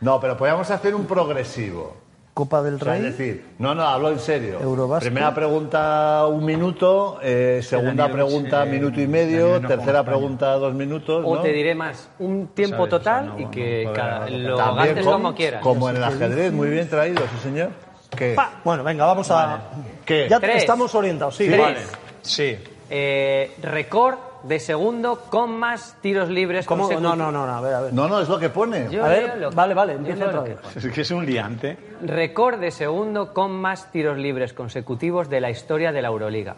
No, pero podríamos hacer un progresivo. Copa del O sea, es Rey. decir, no, no, hablo en serio. Eurobasket. Primera pregunta, un minuto. eh, segunda Daniel, pregunta, eh, minuto y medio. Daniel no tercera acompaña. pregunta, dos minutos. O ¿no? te diré más, un tiempo Sabes, o sea, total no, y no que puede cada- haber lo También gastes con- como quieras. Como en el ajedrez, muy bien traído, sí, señor. ¿Qué? Pa. Bueno, venga, vamos a. ¿Qué? Ya Tres. estamos orientados, sí. Tres. vale. Sí. Eh, récord de segundo con más tiros libres ¿Cómo? No, consecutivos. no, no, no, a ver, a ver. No, no, es lo que pone. Yo A ver, leo lo que- vale, vale, yo empieza leo otra lo que vez. pone. Es que es un liante. Récord de segundo con más tiros libres consecutivos de la historia de la Euroliga.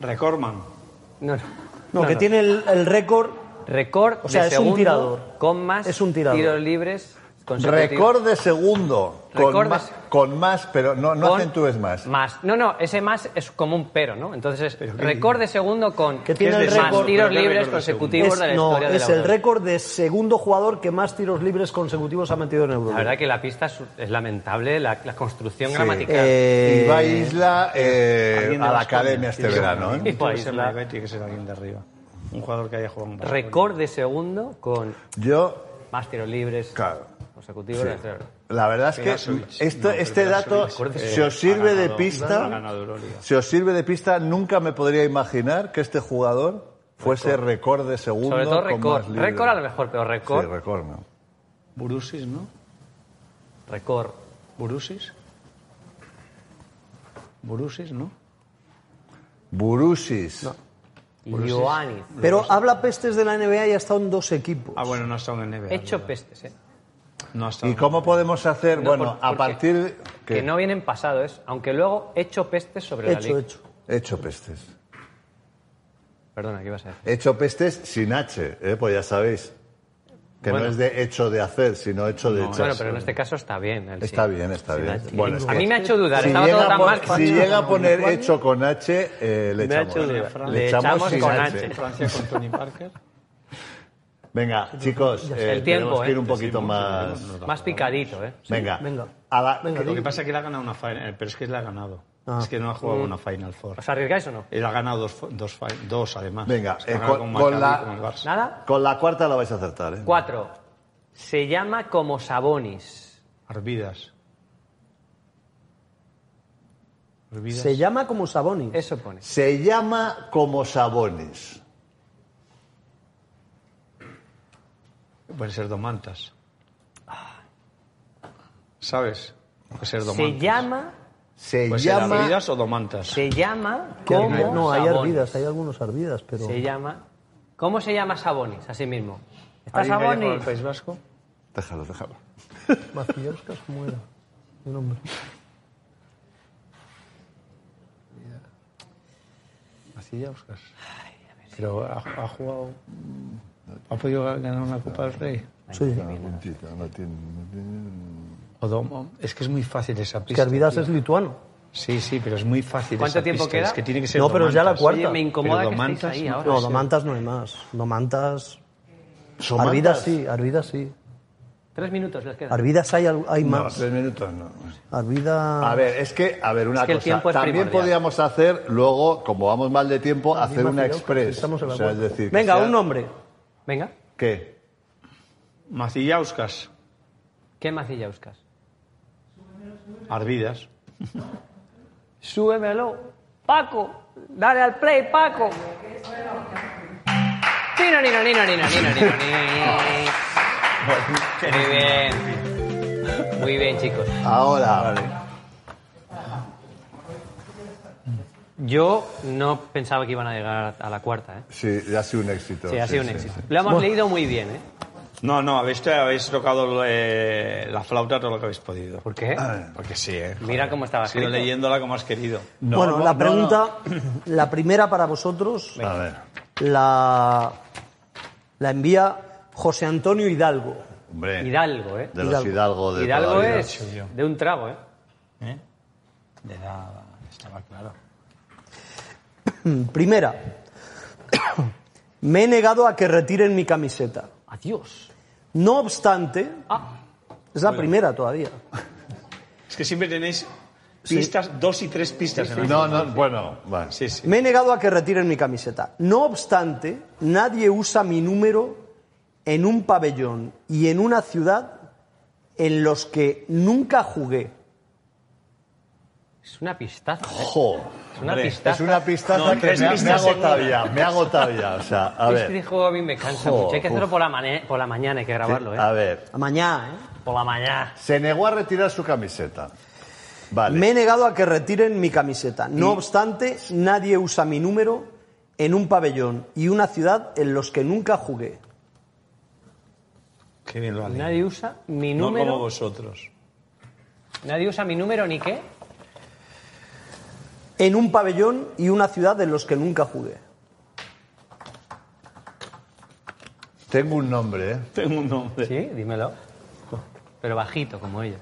Recordman. No, no. No, No, que no. tiene el, el récord. Récord O sea, de es un segundo tirador. con más Es un tirador. tiros libres consecutivos. Récord de segundo. Récord Con de- más, con más, pero no, no con acentúes más. Más. No, no, ese más es como un pero, ¿no? Entonces, es récord de segundo con Que tiene más el récord- tiros ¿Pero qué libres récord de consecutivos es, de la no, historia de la es el Euroliga. récord de segundo jugador que más tiros libres consecutivos ha metido en La Europa. verdad que la pista es, es lamentable, la, la construcción Sí. gramatical. Eh, Y va Isla eh, Eh, Alguien de a la Vasconia. academia este Tiene que ser verano. alguien, ¿eh? Y Tiene para que ser Isla. Ibai, tiene que ser alguien de arriba. Un jugador que haya jugado en Vasconia. Récord de segundo con Yo, más tiros libres claro. consecutivos. Sí. de la historia. La verdad es Perasovic. que esto- No, este pero dato Perasovic se os sirve ha de ganado- ha pista. ganado Euroliga. Se os sirve de pista. Nunca me podría imaginar que este jugador fuese récord de segundo. Sobre todo con récord. más libres. Récord a lo mejor, pero récord. Sí, récord no. Burusis, ¿no? récord. Burusis. Burusis, ¿no? Burusis. Ioannis. Pero habla pestes de la NBA y ha estado en dos equipos. Ah, bueno, no ha estado en el NBA. Hecho ¿verdad? pestes, ¿eh? No ha estado. ¿Y cómo podemos hacer? No, bueno, por- a porque- partir. Que no vienen pasados, aunque luego hecho pestes sobre la hecho, liga. hecho. Hecho pestes. Perdona, ¿qué ibas a decir? Hecho pestes sin H, ¿eh? pues ya sabéis. Que Bueno. no es de hecho de hacer, sino hecho de echar. Bueno, pero en este caso está bien. el sí. Está bien, está Sí, bien. Nacho. Bueno, es a que- mí me ha hecho dudar, Si estaba llega, todo a tan pon- mal. si Pacho. llega a poner hecho con H, eh, le, Me ha echamos. hecho dudar. Le echamos sin con H. H. Francia con Tony Parker. Venga, chicos, eh, El tiempo, tenemos que ir ¿eh? un poquito más. Más picadito, ¿eh? Venga, venga. A la- Lo que pasa es que le ha ganado una final, pero es que le ha ganado. Ah. Es que no ha Mm. jugado una Final Four. ¿Os arriesgáis o no? Él ha ganado dos, fo- dos, fi- dos además. Venga, Está eh, ganado con- Maccabi con y la- con el Barça. ¿Nada? con la cuarta la vais a acertar, ¿eh? Cuatro. Se llama como Sabonis. Arvidas. Arvidas. Se llama como Sabonis. Eso pone. Se llama como Sabonis. Puede ser Domantas. ¿Sabes? Puede ser Se Domantas. llama Se Pues eran llama. Vidas o Domantas. Se llama ¿Qué como hervidas? No, hay Sabonis. hervidas, hay algunos hervidas, pero... Se llama... ¿Cómo se llama Sabonis, así mismo? ¿Está ¿Alguien que haya jugado al Sabonis? País Vasco? Déjalo, déjalo. Macillauskas, ¿cómo era? El nombre. Así ya, Oscar. Pero ha, ha jugado. ¿Ha podido ganar una Copa del Rey? Sí. Una puntita, no tiene- no tiene- O Dom- Es que es muy fácil esa Es que pista. Arvidas tío. es lituano. Sí, sí, pero es muy fácil. ¿Cuánto esa tiempo pista. queda? Es que tiene que ser No, pero es ya la Domantas. cuarta. Oye, me incomoda Pero que estéis Domantas ahí no. ahora. No, Domantas no hay más. Domantas... ¿Somantas? Arvidas sí, Arvidas sí. Tres minutos les quedan. Arvidas hay, al- hay No, más. tres minutos no. Arvida... A ver, es que, a ver, una Ah. Es que el cosa. tiempo es También primordial. podíamos hacer, luego, como vamos mal de tiempo, hacer una Macillauskas, express. estamos en la o sea, es cuarta. decir, que Venga, sea- un nombre. Venga, ¿Qué? Macillauskas. ¿qué macillauscas? Arvidas. Súbemelo. Paco, dale al play, Paco. Nino, nino, nino, nino, nino, nino, nino. Muy bien. Muy bien, chicos. Ahora. Yo no pensaba que iban a llegar a la cuarta, ¿eh? Sí, ha sido un éxito. Sí, ha sí, sido un sí. éxito. Lo hemos leído muy bien, ¿eh? No, no, habéis, habéis tocado eh, la flauta todo lo que habéis podido. ¿Por qué? Porque sí, ¿eh? Mira cómo estaba Has ido escrito. leyéndola como has querido. bueno, la pregunta, la primera para vosotros, A ver, la, la envía José Antonio Hidalgo. hombre. Hidalgo, ¿eh? De los Hidalgo. Hidalgo de Hidalgo toda la vida. es de un trago, ¿eh? ¿Eh? De la- Estaba claro. Mm, Primera, me he negado a que retiren mi camiseta. Adiós. No obstante, Ah, es la primera todavía. Es que siempre tenéis pistas, dos y tres pistas en la No, no, bueno, va. Sí, sí. Me he negado a que retiren mi camiseta. No obstante, nadie usa mi número en un pabellón y en una ciudad en los que nunca jugué. es una pistaza. ¿eh? Jo, Es una Hombre, pistaza. es una pistaza No, que tres me ha, me ha pistas agotado seguras. ya, me ha agotado ya. O sea, a Este ver. juego a mí me cansa Jo, mucho. Hay que hacerlo por la, mane- por la mañana, hay que grabarlo, ¿eh? A ver, A mañana, ¿eh? Por la mañana. se negó a retirar su camiseta. Vale. Me he negado a que retiren mi camiseta. No obstante, nadie usa mi número en un pabellón y una ciudad en los que nunca jugué. Qué bien lo ha leído. Nadie usa mi No número. como vosotros. Nadie usa mi número ni qué. En un pabellón y una ciudad en los que nunca jugué. Tengo un nombre, ¿eh? Tengo un nombre. Sí, dímelo. Pero bajito, como ellos.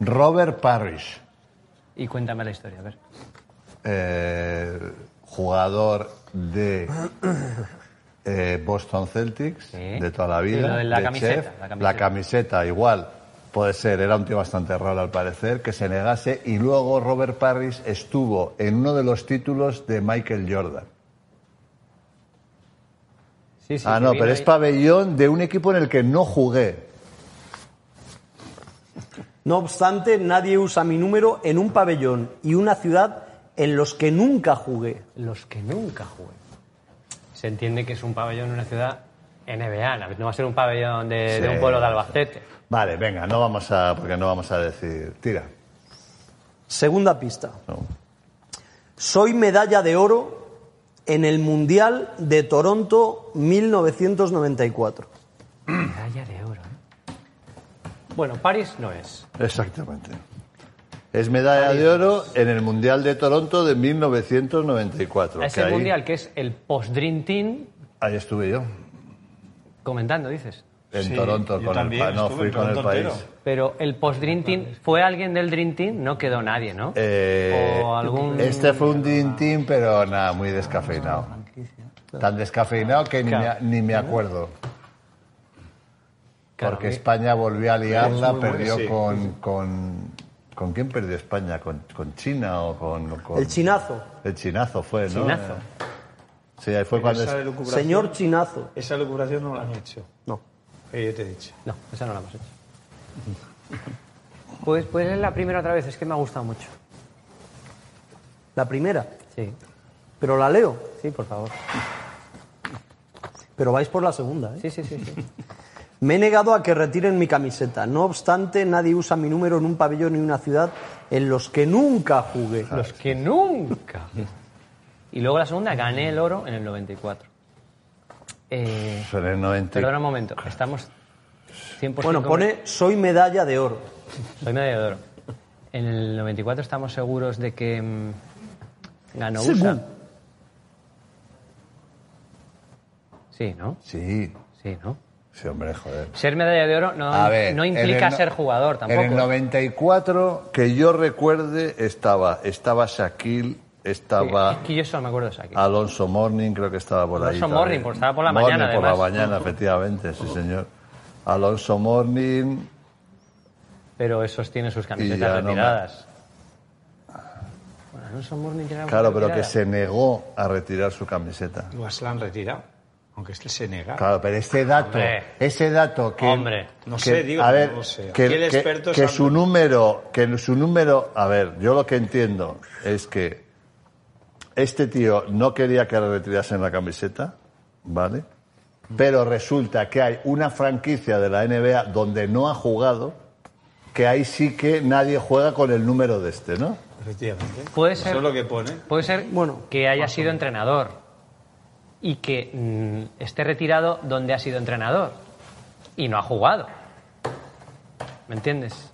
Robert Parrish. Y cuéntame la historia, a ver. eh, jugador de eh, Boston Celtics Sí. de toda la vida. Sí, lo de la de camiseta, chef. la camiseta. La camiseta, igual. Puede ser, era un tío bastante raro al parecer, que se negase. Y luego Robert Parrish estuvo en uno de los títulos de Michael Jordan. Sí, sí, ah, que no, vino pero es ahí. pabellón de un equipo en el que no jugué. No obstante, nadie usa mi número en un pabellón y una ciudad en los que nunca jugué. Los que nunca jugué. Se entiende que es un pabellón en una ciudad NBA. No No va a ser un pabellón de, de Sí. un pueblo de Albacete. Vale, venga, no vamos a. porque no vamos a decir. Tira. Segunda pista. No. Soy medalla de oro en el Mundial de Toronto 1994. Medalla de oro, ¿eh? Bueno, París no es. Exactamente. Es medalla de oro en el Mundial de Toronto de 1994. Es que el ahí- mundial que es el post-Dream Team. Ahí estuve yo, Comentando, dices. en Sí, Toronto, yo con el también país. No, estuve fui en con el Toronto país. entero. Pero el post-Dream Team, ¿fue alguien del Dream Team? No quedó nadie, ¿no? Eh, o algún... Este fue un din tin, pero nada, muy descafeinado. Tan descafeinado que ni, Claro. me, ni me acuerdo. Claro, porque a mí- España volvió a liarla, muy bueno, perdió sí. con, con... ¿Con quién perdió España? ¿Con, con China o con, con- El chinazo. El chinazo fue, ¿no? Chinazo. Sí, ahí fue cuando... Esa lucubración, Señor chinazo. esa lucubración no la han hecho. No. Que yo te he dicho. No, esa no la hemos hecho. Pues, pues es la primera otra vez, es que me ha gustado mucho. La primera. Sí, Pero la leo. sí, por favor. Pero vais por la segunda. ¿eh? Sí, sí, sí. sí. Me he negado a que retiren mi camiseta. No obstante, nadie usa mi número en un pabellón ni una ciudad en los que nunca jugué. Los que nunca. Y luego la segunda, gané el oro en el 94. Eh, Son el 90. perdona un momento, estamos 100% Bueno, pone soy medalla de oro. Soy medalla de oro. En el 94 estamos seguros de que mm, ganó Según. USA. Sí, ¿no? Sí, Sí, ¿no? sí, hombre, joder. Ser medalla de oro no, A ver, no en el implica no- ser jugador tampoco. En el 94, que yo recuerde, estaba, estaba Shaquille, estaba Sí, es que yo solo me acuerdo de esa aquí. Alonso Morning, creo que estaba por ahí. Alonso también. Mourning, pues estaba por la Mourning, mañana, por la además. mañana, efectivamente, sí, señor. Alonso Morning, Pero esos tienen sus ya camisetas no me- retiradas. Bueno, no son Mourning tiene la claro, pero que retirada. se negó a retirar su camiseta. Igual se la han retirado, aunque este se nega. Claro, pero ese dato, Hombre. ese dato que... Hombre, no que- sé, digo, a ver, no sé. que, Aquí el que- experto es que Andrés. su número, que su número, a ver, yo lo que entiendo es que este tío no quería que le retirasen la camiseta, ¿vale? Pero resulta que hay una franquicia de la NBA donde no ha jugado, que ahí sí que nadie juega con el número de este, ¿no? Efectivamente. Puede Eso ser- es lo que pone. Puede ser Bueno, que haya sido entrenador y que mm, esté retirado donde ha sido entrenador y no ha jugado. ¿Me entiendes?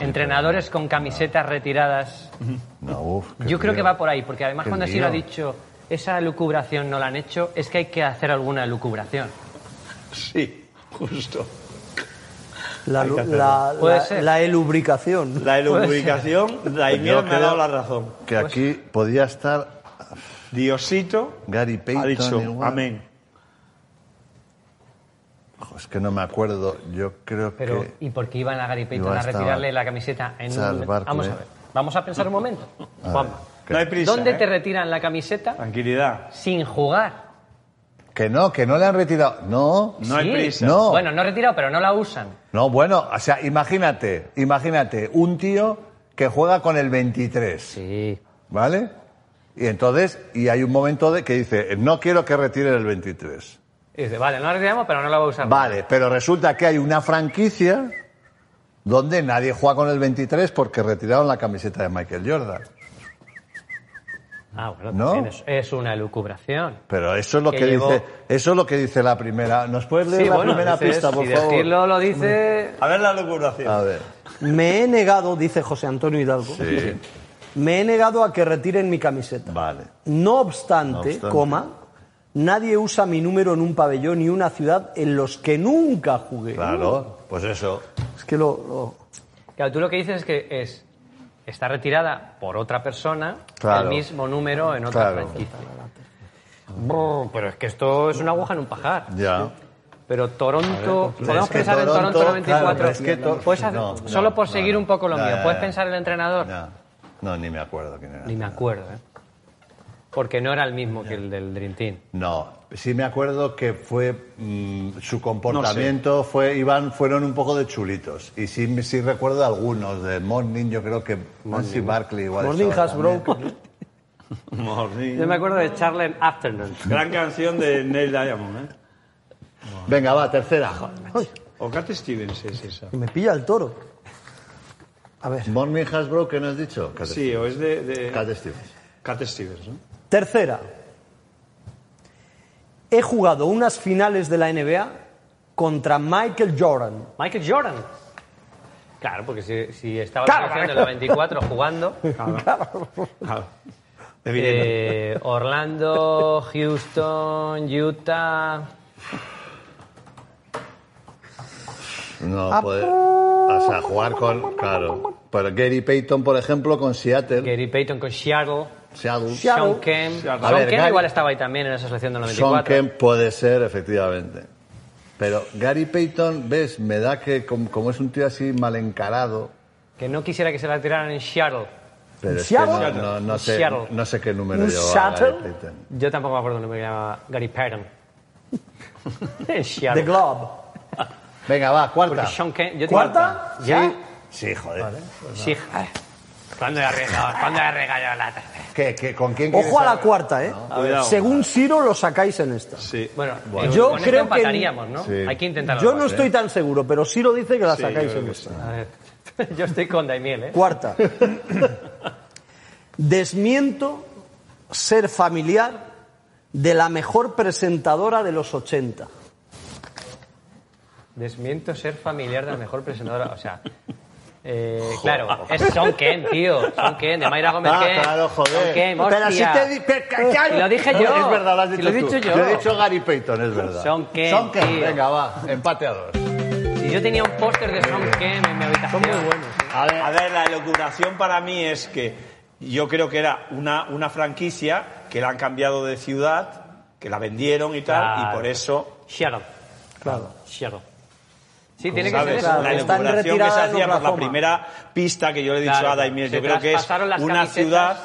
Entrenadores con camisetas retiradas. No, uf, qué Yo creo lío. que va por ahí, porque además Qué cuando sí lo ha lío. dicho, esa lucubración no la han hecho, es que hay que hacer alguna lucubración. Sí, justo. La, Hay que lu- hacerlo. la- Puede la- ser. la elubricación. La elubricación, Daimiel Yo me ha dado creo la razón. Que aquí podía estar Diosito Gary Payton. ha dicho igual. amén. Ojo, Es Pues que no me acuerdo. Yo creo Pero, que. ¿y por qué iban a Gary Payton Igual a estaba retirarle la camiseta en Charles un... Barkley. Vamos a ver, vamos ¿eh? a pensar un momento. Juanma, No hay prisa. ¿dónde ¿eh? te retiran la camiseta Tranquilidad. sin jugar? Que no, que no le han retirado. No. No hay Sí. prisa. No. Bueno, no retirado, pero no la usan. No, bueno, o sea, imagínate, imagínate, un tío que juega con el 23, Sí. ¿vale? Y entonces, y hay un momento de que dice, no quiero que retiren el 23. Y dice, vale, no la retiramos, pero no la voy a usar. Vale, pero resulta que hay una franquicia donde nadie juega con el 23 porque retiraron la camiseta de Michael Jordan. Ah, bueno, No. también es, es una elucubración. Pero eso es lo Que que, llegó- dice, eso es lo que dice la primera. ¿Nos puedes leer Sí, la bueno, primera dices, pista, por si favor? decirlo lo dice... A ver la locuración. A ver. Me he negado, dice José Antonio Hidalgo, Sí. me he negado a que retiren mi camiseta. Vale. No obstante, No obstante. coma, nadie usa mi número en un pabellón ni una ciudad en los que nunca jugué. Claro, pues eso. Es que lo- lo... Claro, tú lo que dices es que es está retirada por otra persona Claro. el mismo número en otra Claro. franquicia. Brr, Pero es que esto es una aguja en un pajar. Ya. Pero Toronto, podemos Es que pensar en Toronto Toronto, 94. claro, es que to- Puedes hacer- no, no, solo por no, seguir no. un poco lo Ya, mío, ya, puedes ya. pensar en el entrenador. No, no, ni me acuerdo quién era. Ni me acuerdo, ¿eh? Porque no era el mismo que el del Dream Team. No, sí me acuerdo que fue mm, su comportamiento fue Iván fueron un poco de chulitos y sí me- sí recuerdo algunos de Morning, yo creo que Nancy Barkley igual. Morning estaba has también. broken. Morning. Yo me acuerdo de Charlie Afternoon. Gran canción de Neil Diamond, ¿eh? Venga, va, tercera. Ay, O Cat Stevens es esa. que me pilla el toro. A ver. Morning has broken has dicho? Cat Sí, o es de... de... Stevens. Cat Stevens. Cat Stevens, ¿no? Tercera. He jugado unas finales de la NBA contra Michael Jordan. Michael Jordan. Claro, porque si, si estaba la selección del 94 jugando, Claro. Evidente. eh, Orlando, Houston, Utah. No puede. O sea, jugar con claro. Pero Gary Payton, por ejemplo, con Seattle. Gary Payton con Seattle. Seattle. Sean Kemp. Seattle. A Sean ver, Kemp Gary- igual estaba ahí también en esa selección del Son 94. Kemp puede ser, efectivamente. Pero Gary Payton, ves, me da que com- como, es un tío así mal encarado, Que no quisiera que se la tiraran en Seattle. pero es que Seattle? no, no- no sé, Seattle. no sé qué número ¿Un llevaba Gary Seattle? Payton. Yo tampoco me acuerdo el nombre que llamaba Gary Payton. en The Seattle. Globe. Venga, va, Porque cuarta. Sean Kemp. yo te- ¿Cuarta? ¿Ya? Sí, joder. Sí. ¿Cuándo he arriesgado? ¿Cuándo he arriesgado la tercera? ¿Qué, qué, con quién quieres Ojo a la hablar? cuarta, ¿eh? Cuidado. Según Ciro lo sacáis en esta. Sí. Bueno, Bueno. eh, Yo con creo esto que- empataríamos, ¿no? Sí. Hay que intentarlo. Yo no estoy tan seguro, pero Ciro dice que la sacáis en esta. A ver. Yo estoy con Daimiel, ¿eh? Cuarta. Desmiento ser familiar de la mejor presentadora de los 80. Desmiento ser familiar de la mejor presentadora. O sea. eh, claro, es Son Ken, tío. Son Ken, de Mayra Gómez Ah, Ken. claro, joder. Son Ken, Pero si hostia. te di- pero ca- ca- Si lo dije yo. Es verdad, lo has Si dicho lo he tú. dicho yo. he dicho Gary Payton, es verdad. Son Ken, Son Ken. tío. Venga, va. Empate a dos. Si yo tenía un póster de Son Ken en mi habitación. Son muy buenos. A ver, Eh, A ver, la locuración para mí es que yo creo que era una, una franquicia que la han cambiado de ciudad, que la vendieron y tal, y Claro. por eso, Shadow. Claro. Shadow. Sí, tiene que ser ¿sabes? eso. Claro, la están locuración que se retiradas hacía los por la Rafoma. primera pista que yo le he dicho Claro, a Daimiel. se Yo creo que es traspasaron las una camisetas. ciudad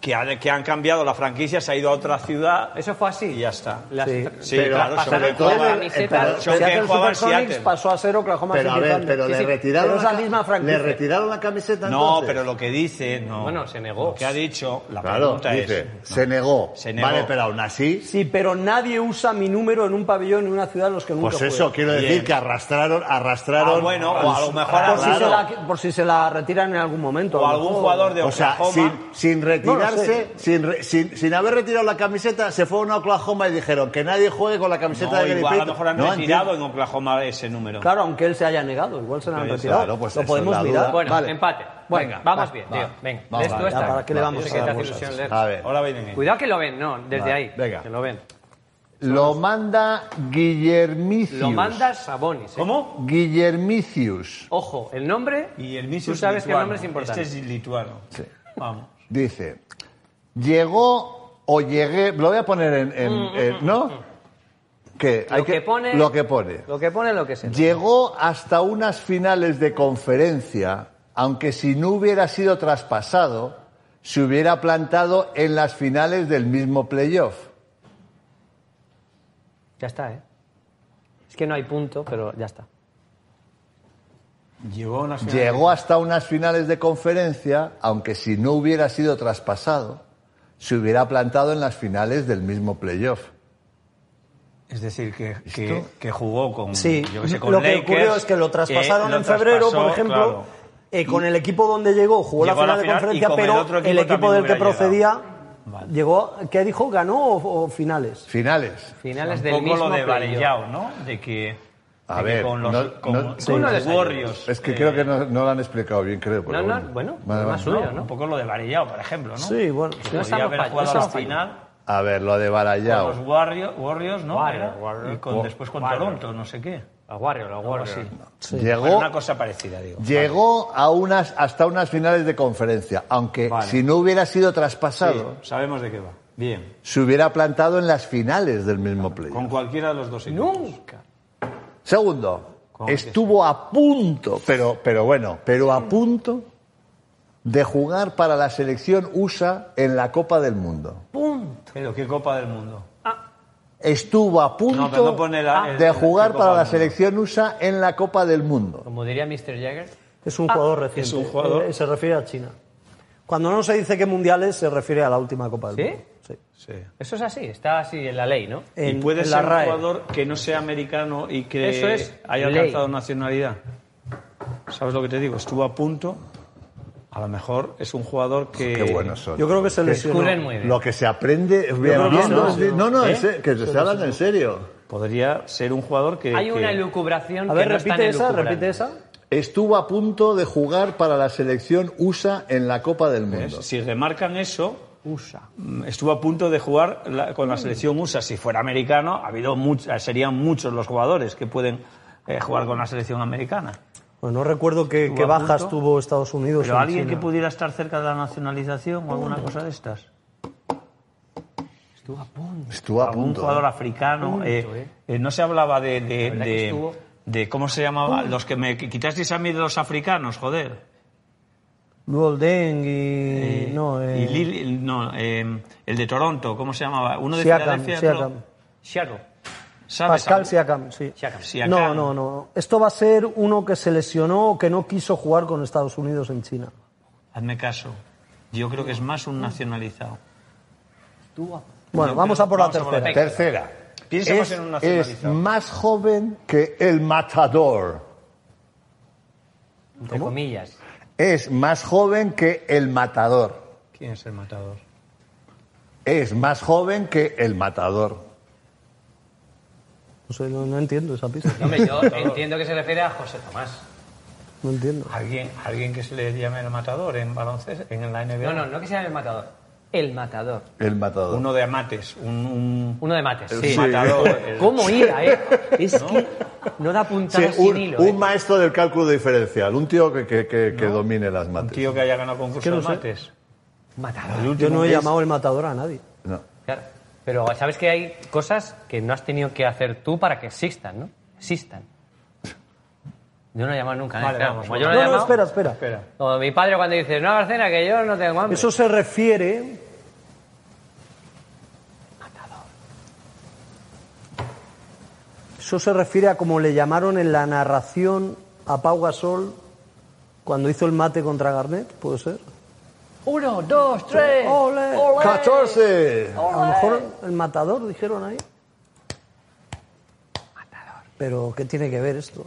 que, ha- que han cambiado la franquicia, se ha ido a otra ciudad Eso fue así. y ya está. Las- Sí. Sí, Pero claro, pasaron sobre con todo- la Eh, camiseta. pero- Son Ken Seattle jugaba en Supersonics Seattle. pasó a ser Oklahoma pero a City ver, Thunder. pero Sí, le sí, retiraron pero es la ca- misma franquicia. ¿Le retiraron la camiseta No, entonces? pero lo que dice, no. Bueno, se negó. Lo que ha dicho, la Claro, pregunta dice, es. se negó. Se negó. Vale, pero aún así... Sí, pero nadie usa mi número en un pabellón en una ciudad en los que nunca Pues jugué. eso, quiero decir Bien. que arrastraron, arrastraron... Ah, bueno, o a lo mejor por, si se claro. la, por si se la retiran en algún momento. O a lo algún mejor. jugador de O sea, Oklahoma. sin, sin retirarse, No lo sé. sin, re- sin, sin haber retirado la camiseta, se fueron a Oklahoma y dijeron que nadie juegue con la camiseta No, de Gary igual a lo Payton. mejor han No, retirado entiendo. en Oklahoma ese número. Claro, aunque él se haya negado, igual se la han Claro, retirado. pues Lo eso, podemos la mirar. duda. Bueno, Vale. empate. Venga, vamos va, bien, va. tío. Venga, Va, lees va, tú ya, esta. ¿para qué le Yo vamos sé que a te dar hace vueltas? ilusión leer. A ver, Ahora vienen ellos. Cuidado que lo ven, no, desde Vale, ahí. venga. Que lo ven. lo manda Guillermicius. Lo manda Sabonis. ¿eh? ¿Cómo? Guillermicius Ojo, el nombre. Y el mismo Tú sabes que el nombre es importante. Este es lituano. Sí. Vamos. dice, llegó o llegué, lo voy a poner en, en- Mm, en- ¿no? ¿Qué? Hay lo que, pone. Lo que pone. Lo que pone, lo que se. Llegó hasta unas finales de conferencia, aunque si no hubiera sido traspasado, se hubiera plantado en las finales del mismo playoff. Ya está, ¿eh? Es que no hay punto, pero ya está. Llegó una Llegó hasta unas finales de conferencia, aunque si no hubiera sido traspasado, se hubiera plantado en las finales del mismo playoff. Es decir, que, que, que jugó con. Sí, yo que sé, con lo que ocurrió Lakers, es que lo traspasaron eh, lo en febrero, traspasó, por ejemplo, claro. eh, con el equipo donde llegó, jugó Llegó la a la final de final y conferencia, con el otro pero el, equipo equipo también del que hubiera procedía Vale. llegó, ¿qué dijo? ¿Ganó o, o finales? Finales. Finales Un del poco mismo. lo de playoff. Varellao, ¿no? De que. A de que ver, con los, no- con no- los sí. Uno de los Warriors. Es que eh, creo que no, no lo han explicado bien, creo. pero No, no, bueno, Vale, más vale. suyo, ¿no? Un poco lo de Varellao, por ejemplo, ¿no? Sí, Que bueno. No podía estamos haber fallos, jugado no la estamos fallos. final A ver, lo de con los Barallao. Warriors, Warriors ¿no? Warrior, Era, Warrior. Y con, después con Warrior. Toronto, no sé qué. Los Warriors, los Warriors. Bueno, Llegó una cosa parecida, digo. Llegó a unas, hasta unas finales de conferencia, aunque Vale. si no hubiera sido Sí, traspasado, sabemos de qué va. Bien. se hubiera plantado en las finales del mismo Con playoff. cualquiera de los dos equipos. Nunca. Segundo, Con- estuvo a punto, pero, pero bueno, pero a punto de jugar para la selección USA en la Copa del Mundo. Punto. Pero qué Copa del Mundo. Estuvo a No, pero punto no pone la- el- de el- jugar el para Copa la del Mundo. selección USA en la Copa del Mundo. Como diría Mr. Jagger. Es Ah, un jugador reciente. un jugador. eh, se refiere a China. Cuando no se dice que mundiales, se refiere a la última Copa del ¿Sí? Mundo. Sí. Sí. Eso es así, está así en la ley, ¿no? En- y puede en la ser un RAE. jugador que no sea americano y que Eso es haya ley. alcanzado nacionalidad. ¿Sabes lo que te digo? Estuvo a punto. A lo mejor es un jugador que. Qué buenos son. Yo creo que se lesionó. Descubren muy bien. Lo que se aprende... creo que No, no, no. es- no, no, ¿Eh? es- que se hablan en serio. Podría ser un jugador que. Hay que- una elucubración A ver, que no están repite esa, elucubrando. repite esa. estuvo a punto de jugar para la selección USA en la Copa del ¿ves? Mundo. Si remarcan eso, Usa. mm, estuvo a punto de jugar la- con la selección USA. Si fuera americano, ha habido much- eh, serían muchos los jugadores que pueden eh, jugar con la selección americana. Bueno, no recuerdo qué, Estuvo qué a bajas punto. tuvo Estados Unidos. Pero o alguien China. que pudiera estar cerca de la nacionalización o alguna cosa de estas. Estuvo a punto. Estuvo a algún punto. ¿eh? jugador africano. Punto, eh, eh. eh, no se hablaba de, de, verdad que de- estuvo- de- ¿Cómo se llamaba? Los que me quitasteis a mí de los africanos, joder. Luol Deng y. Eh, no, eh, y Lili- no, eh, el de Toronto, ¿cómo se llamaba? Uno de Siakam, Filadelfia. otro- Siakam. Shadow. ¿Sabes Pascal algo? Siakam, sí. Siakam. Siakam. No, no, no. Esto va a ser uno que se lesionó o que no quiso jugar con Estados Unidos en China. Hazme caso. Yo creo que es más un nacionalizado. Bueno, vamos a por la Vamos a por la tercera. Tercera. Piensa más Es, en un es nacionalizado. más joven que el matador. Entre comillas. Es más joven que el matador. ¿Quién es el matador? Es más joven que el matador. No, sé, no- no entiendo esa pista. No, hombre, yo entiendo que se refiere a José Tomás. No entiendo. ¿Alguien, alguien que se le llame el matador en baloncesto, en la No, NBA? no, no que sea el matador. El matador. El matador. Uno de amates, un, un Uno de mates. un matador. el- ¿Cómo hila, eh? Es que no da Sí, puntadas sin un, hilo. un eh. maestro del cálculo diferencial, un tío que, que- que- que domine las Un mates. tío que haya ganado concurso de mates. Matador. El último Yo no he que es- llamado el matador a nadie. No. Claro. Pero sabes que hay cosas que no has tenido que hacer tú para que existan, ¿no? Existan. Yo no he llamado nunca, ¿eh? Vale, Claro, vamos, como vamos. yo no No, he no, llamado- espera, espera. Espera. Como mi padre cuando dice, no hagas cena, que yo no tengo hambre. Eso se refiere Eso se refiere a como le llamaron en la narración a Pau Gasol cuando hizo el mate contra Garnett, puede ser. Uno, dos, tres. ¡Ole! ¡Ole! 14. A lo mejor el matador dijeron ahí. Matador. Pero ¿qué tiene que ver esto?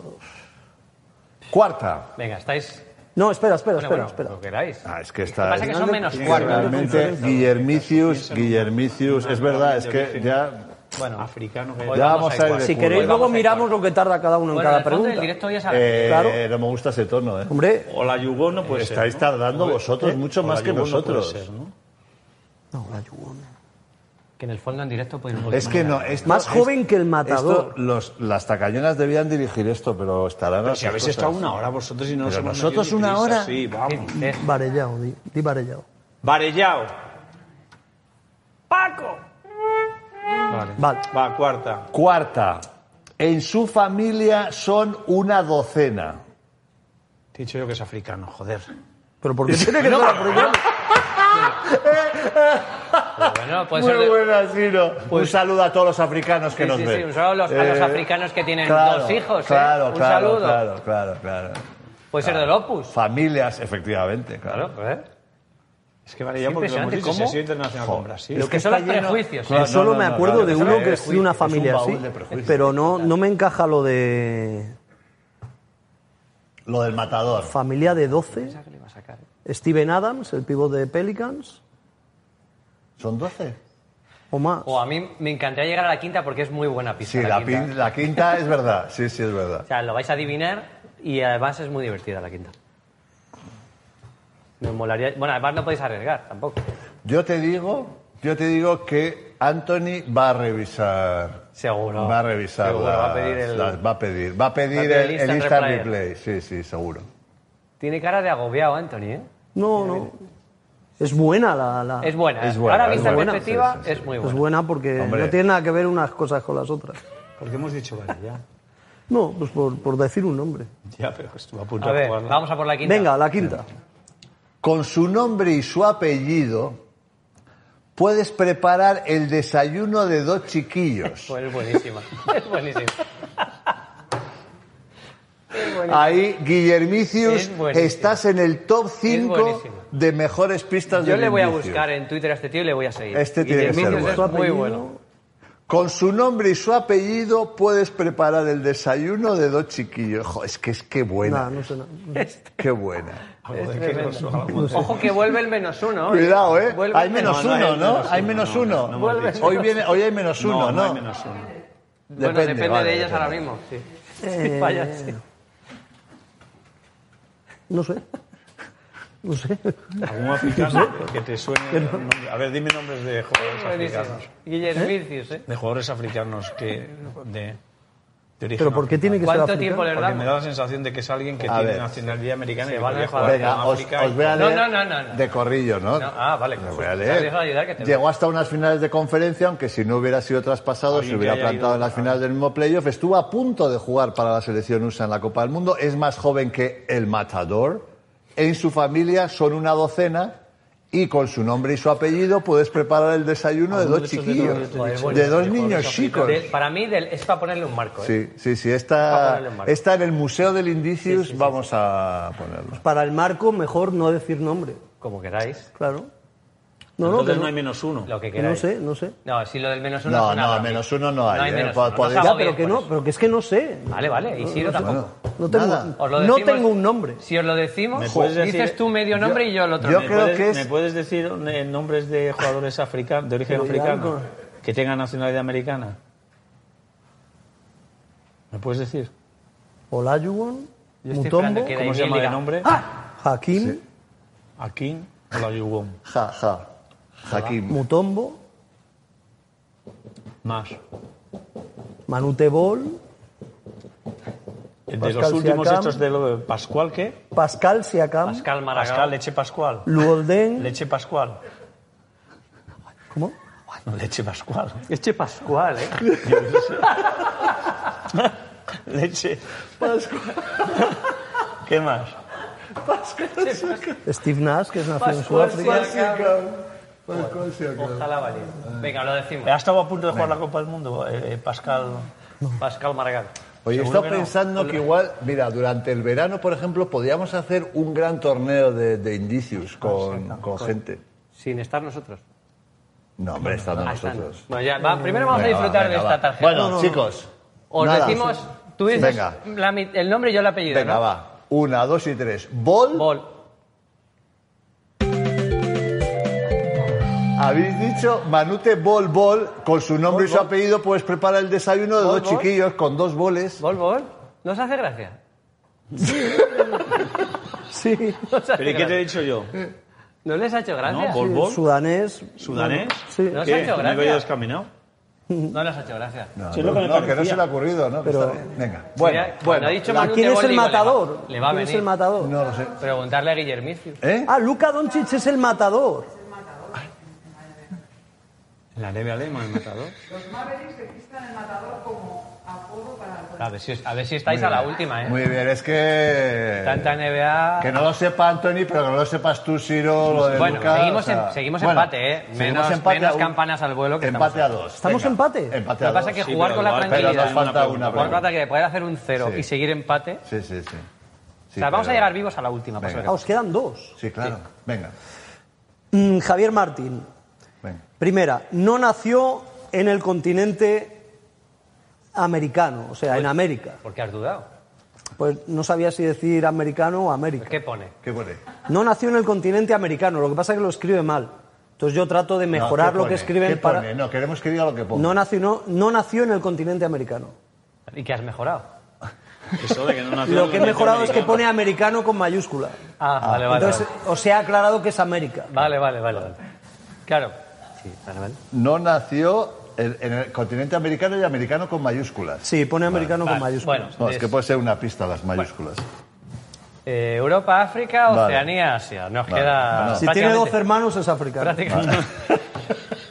Cuarta. Venga, estáis... No, espera, espera, Bueno, bueno, espera, espera. lo queráis. Ah, es que está. pasa que son menos cuatro. Realmente, Guillermicius, Guillermicius, es verdad, es que ya. Bueno, Africano. Hoy Ya vamos vamos a a ir de Si culo, queréis ya. luego Vamos a ir miramos lo que tarda cada uno en bueno, en cada el fondo, pregunta. el directo hoy es a la- Eh, Claro. No me gusta ese tono, ¿eh? Hombre, O la Yugo no puede ser. Estáis ¿no? tardando vosotros ¿Eh? mucho O más la que Yugo no puede nosotros. ser, ¿no? no, la Yugona. Que en el fondo en directo pues, Es que no. esto- Más es- joven que el matador. esto, los, las tacañonas debían dirigir esto, pero estarán. Pero a si sus habéis cosas. estado una hora vosotros y no nos Pero hemos nosotros metido ni una prisa, hora. Sí, vamos. Eh, Varellao, di, di Varellao. Varellao. Paco. Vale. Va, cuarta. Cuarta. En su familia son una docena. Te he dicho yo que es africano, joder. Pero ¿por qué tiene que ser africano? bueno, puede ser... Muy de- Pues- buena, Ciro. un saludo a todos los africanos que Sí, nos sí, ven. Eh, sí, un saludo a los- a los africanos que tienen dos hijos, ¿eh? Claro, Un claro, saludo. claro, claro, claro. Puede ser del Opus. Familias, efectivamente, claro. Claro, ¿eh? Es que Varellao, Es porque lo hemos impresionante dicho, si cómo- ha sido internacional con Joder. Brasil. Lo que son está los lleno- prejuicios. Claro, Yo Eh, solo no, me no, acuerdo claro, de es un uno que es de prejuicio, una es un familia baúl así, de prejuicios. pero no, no me encaja lo de Lo del matador. familia de 12. Steven Adams, el pivote de Pelicans, ¿Son 12? o más. O a mí me encantaría llegar a la quinta porque es muy buena pista. Sí, la, pin- la quinta. es verdad. Sí, sí, es verdad. O sea, lo vais a adivinar y además es muy divertida la quinta. Me molaría... Bueno, además no podéis arriesgar tampoco. Yo te digo, yo te digo que Anthony va a revisar. Seguro. Va a revisar. Seguro, va a las- pedir el- las- va a pedir, va a pedir va a pedir el, el el instant instant replay. replay. Sí, sí, seguro. Tiene cara de agobiado, Anthony, ¿eh? No, no. Es buena la... la- Es buena. Ah. Es buena, es Ahora vista en buena. perspectiva, Sí, sí, sí. es muy es buena. buena porque Hombre. no tiene nada que ver unas cosas con las otras. Porque hemos dicho Varellao. No, pues por, por decir un nombre. Ya, pero estuvo a punto A de ver, jugarla. vamos a por la quinta. Venga, la quinta. Con su nombre y su apellido puedes preparar el desayuno de dos chiquillos. Pues es buenísima. es buenísima. Ahí, Guillermicius, Es buenísimo. estás en el top 5 buenísimo. de mejores pistas de Yo le voy a Guillermicius. buscar en Twitter a este tío y le voy a seguir. Este tiene que ser Guillermillo bueno. es muy bueno. Con su nombre y su apellido puedes preparar el desayuno de dos chiquillos. Jo, es que es que buena, Nada, no sé nada. qué buena. Algo de que nos- algo de- Ojo que vuelve el menos uno. ¿eh? Cuidado, ¿eh? Vuelve Hay el menos no, uno, hay ¿no? menos Hay uno, menos no, uno. no hemos dicho. Hoy viene, hoy hay menos uno, no, hay ¿no? menos uno. Bueno, depende, vale, de ellas depende. ahora mismo. Sí. Eh, Vaya, sí. No sé. No sé. ¿Algún africano que te suene? nombre? A ver, dime nombres de jugadores Buenísimo. africanos. Guillermicius, ¿eh? De jugadores africanos que... De, de origen Pero ¿por qué tiene que ser ¿Cuánto africano? tiempo le Porque me da damos? la sensación de que es alguien que A tiene ver. nacionalidad americana Se y que van podría a jugar Venga, con os, África. os voy a No, leer no, no, no, no. de corrillo, ¿no? No, ah, vale, Os justo. voy a Te dejo ayudar, que leer. te- Llegó hasta unas finales de conferencia, aunque si no hubiera sido traspasado, Alguien se hubiera que haya plantado ido- en las finales del mismo playoff. Estuvo a punto de jugar para la selección USA en la Copa del Mundo. Es más joven que el Matador. En su familia son una docena Y con su nombre y su apellido puedes preparar el desayuno de dos chiquillos, Joder, bueno, de dos mejor niños eso. chicos. De- para mí del- es para ponerle un marco. Sí, ¿eh? sí, sí. Para Está, ponerle un marco. está en el Museo del Indicius. Vamos a ponerlo. Para el marco, mejor no decir nombre. Como queráis. Claro. No, no, Entonces que no hay no, menos uno. Lo que que no queráis. sé, no sé. No, si lo del menos uno No, es una no, broma. menos uno no hay, ¿eh? menos Pa- uno. podéis- Nos Ya, hago pero bien que por no, eso. pero que es que no sé. Vale, vale. Y Ciro tampoco. No tengo, Nada. Os lo no decimos- tengo un nombre. Si os lo decimos, ¿Me puedes decir- dices tú medio nombre y yo el otro. yo ¿Me, medio. creo puedes, que es- me puedes decir eh, nombres de jugadores africanos, de origen Pero ya africano algo. que tengan nacionalidad americana? ¿Me puedes decir? Olajuwon, Yo estoy Mutombo, esperando que ¿Cómo Daimiel se llama de diga, nombre? ¡Ah! Hakim, Akin Olajuwon. Ja, ja. Hakim. Mutombo, Más. Manute Bol, De los Pascal últimos Siakam. estos de lo de Pascual, ¿qué? Pascal Siakam, Pascal Maragall. Pascal, Leche Pascual. Luolden. Leche Pascual. ¿Cómo? No, Leche Pascual. Este Pascual, ¿eh? Leche. ¿Qué más? Steve Nash, que es nacido en Pascual Sudáfrica. Ojalá valiera. Venga, lo decimos. Ha estado a punto de jugar la Copa del Mundo, eh, eh, Pascal. Pascal Maragall. Oye, he Seguro estado que no. pensando que igual, mira, durante el verano, por ejemplo, podríamos hacer un gran torneo de, de indicios Ah, con, con gente. Sin estar nosotros. No, hombre, estando Ah, están. nosotros. Bueno, ya, va, primero vamos a Venga, va, disfrutar venga, de va. esta tarjeta. Bueno, chicos. Os nada. decimos, tú dices Venga. la mi- el nombre y yo el apellido. Venga, ¿no? va. Una, dos y tres. Bol. Bol. Habéis dicho Manute Bol Bol. Con su nombre y su apellido puedes preparar el desayuno de Bol, dos Bol. chiquillos con dos boles. Bol, bol. ¿Nos hace gracia? Sí, ¿Nos hace ¿Pero y qué te he gracia? dicho yo? ¿No les ha hecho gracia? No, bol, bol. sudanés. ¿Sudanés? Sí, No. Nos ha ¿Qué? hecho ¿Me he gracia. descaminado? No les ha hecho gracia. No, Sí, es lo que me no, que no parecía. se le ha ocurrido, ¿no? Que Pero- está bien. Venga. Bueno, Mira, cuando bueno. ha dicho la- Manu ¿Quién de es Bol, el digo, le va- matador? Le va a ¿Quién es venir. el matador? No lo sé. Preguntarle a Guillermicio. ¿Eh? Ah, Luka Doncic es el matador. La leve alema, el matador. A ver si, os- a ver si estáis a la última, ¿eh? Muy bien, es que. Tanta NBA. Que no lo sepa Anthony, pero que no lo sepas tú, Ciro, lo de Bueno, Luca, seguimos o sea, en- seguimos bueno, empate, ¿eh? seguimos Menos- empate menos a un- campanas al vuelo que empate estamos. a dos. ¿Estamos venga. empate? Empate Lo a que pasa dos. es que sí, jugar pero con la igual- pero tranquilidad. nos falta una jugar con pregunta. la que puede hacer un cero Sí. y seguir empate. Sí, sí, sí. o sea, vamos a pero- llegar vivos a la última. por Venga. si Ah, acaso. os quedan dos. Sí, claro. Venga, Mm, Javier Martín. venga. Primera, no nació en el continente americano, o sea, en América. ¿Por qué has dudado? Pues no sabía si decir americano o América. ¿Qué pone? ¿Qué pone? No nació en el continente americano, lo que pasa es que lo escribe mal. Entonces yo trato de No, mejorar ¿qué lo que pone? escriben ¿Qué para... pone? No, queremos que diga lo que ponga. No nació, no, no nació en el continente americano. ¿Y qué has mejorado? Eso de que no nació en Lo el que he mejorado es que norteamericano. pone americano con mayúscula. Ah, vale, vale. Entonces os he aclarado que es América. Vale, vale, vale. vale. Claro. Sí, vale, vale. No nació en, en el continente americano y americano con mayúsculas. Sí, pone americano Vale, con mayúscula. Bueno, No, es es- que puede ser una pista las mayúsculas. eh, Europa, África, Vale. Oceanía, Asia. Nos Vale. queda. Bueno. si tiene prácticamente- dos hermanos es africano. prácticamente-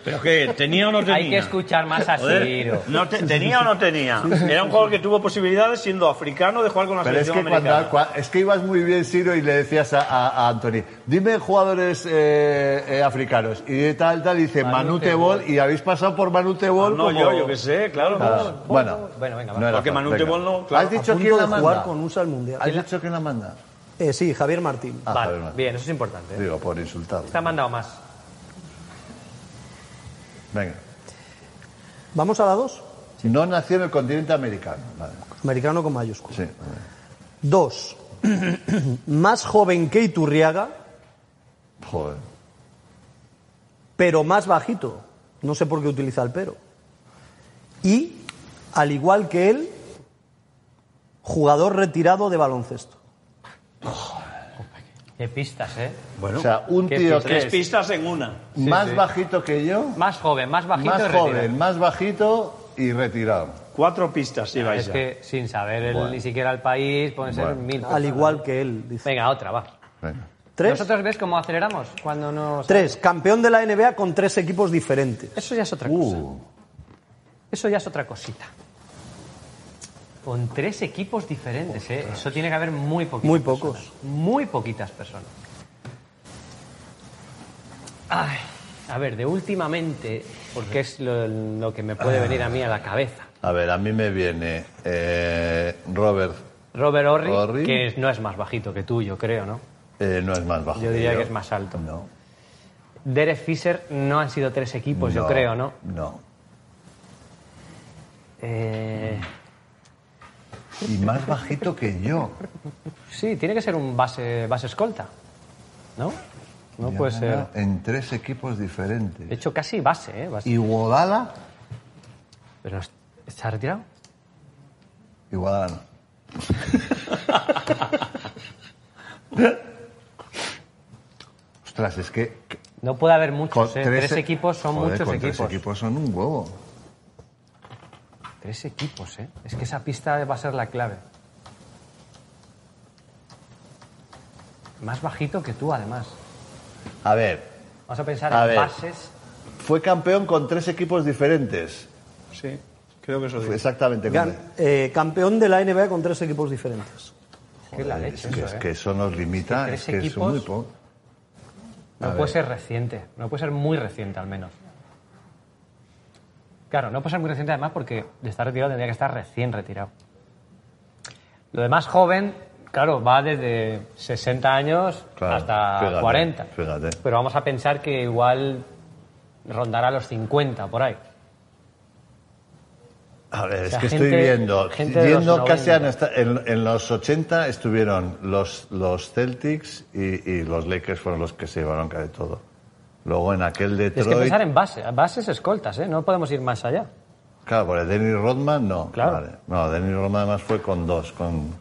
¿Pero qué? ¿Tenía o no tenía? Hay que escuchar más a Joder, Ciro. no te- ¿Tenía o no tenía? Era un jugador que tuvo posibilidades siendo africano de jugar con la Pero es selección que, cuando, americana. cua- es que ibas muy bien, Ciro, y le decías a, a- a Anthony, dime jugadores eh, eh, africanos. Y de tal, tal, y dice Manute Bol, y habéis pasado por Manute Bol. No, como- yo, yo qué sé, claro. Ah, bueno, Bueno, venga, va. era Porque fácil, Manute venga. Bol no, claro, ¿Has A dicho punto quién de la jugar manda? con USA al mundial. ¿Has dicho quién la manda? Eh, sí, Javier Martín. Ah, Vale, joder, bien, eso es importante. ¿eh? Digo, por insultar. Te han mandado más. Venga. Vamos a la dos. No nació en el continente americano. Vale. Americano con mayúscula. Sí, vale. Dos. más joven que Iturriaga, Joder. pero más bajito. No sé por qué utiliza el pero. Y, al igual que él, jugador retirado de baloncesto. Qué pistas, ¿eh? o sea, un qué tío pista. que Tres es pistas en una. más bajito que yo, Más joven, más bajito. y más retirado. joven, más bajito y retirado. Cuatro pistas Ah, lleváis Es ya. que sin saber el- Bueno. ni siquiera el país, pueden ser Bueno. mil. cosas. Al igual que él, dice. Venga, otra, va. Venga. Tres. ¿Nosotros ves cómo aceleramos cuando nos... Tres. Campeón de la NBA con tres equipos diferentes. Eso ya es otra cosa. Uh. Eso ya es otra cosita. Con tres equipos diferentes, ¿eh? Eso tiene que haber muy poquitas Muy pocos. personas. Muy poquitas personas. Ay, a ver, de últimamente, porque es lo, lo que me puede Ah. venir a mí a la cabeza. A ver, a mí me viene eh, Robert, Robert Orri, Orri. que es- no es más bajito que tú, yo creo, ¿no? eh, no es más bajo. Yo diría que es más alto. No. Derek Fisher no han sido tres equipos, Pues yo creo, ¿no? No. Eh, Y más bajito que yo. sí, tiene que ser un base, base escolta, ¿no? No Ya puede gana ser. En tres equipos diferentes. De hecho, casi base, ¿eh? Base. Iguodala. Pero no es- ¿está retirado? Iguodala no. Ostras, es que. No puede haber con muchos, ¿eh? Pues, Tres, e- equipos son Joder, muchos con equipos. Tres equipos son un huevo. Tres equipos, ¿eh? Es que esa pista va a ser la clave. Más bajito que tú, además. A ver, Vamos a pensar A en ver. bases. fue campeón con tres equipos diferentes. Sí, creo que eso Fue Exactamente. con- Gan- eh, campeón de la NBA con tres equipos diferentes. Qué la leche es, que, eso, es ¿eh? que eso nos limita, Tres es que es equipos. muy poco. No puede ser reciente, no puede ser muy reciente al menos. Claro, no puede ser muy reciente además porque de estar retirado tendría que estar recién retirado. Lo de más joven, claro, va desde 60 años Claro, hasta fíjate, 40. fíjate. Pero vamos a pensar que igual rondará los 50 por ahí. A ver, O es sea, que estoy gente- viendo, gente de yendo los casi a 90. nuestra- en, en los 80 estuvieron los, los Celtics y, y los Lakers fueron los que se llevaron casi todo. Luego en aquel Tienes que Detroit, pensar en base, bases escoltas, ¿eh? No podemos ir más allá. claro, por el Dennis Rodman no. Claro. Vale. No, Dennis Rodman además fue con dos, con,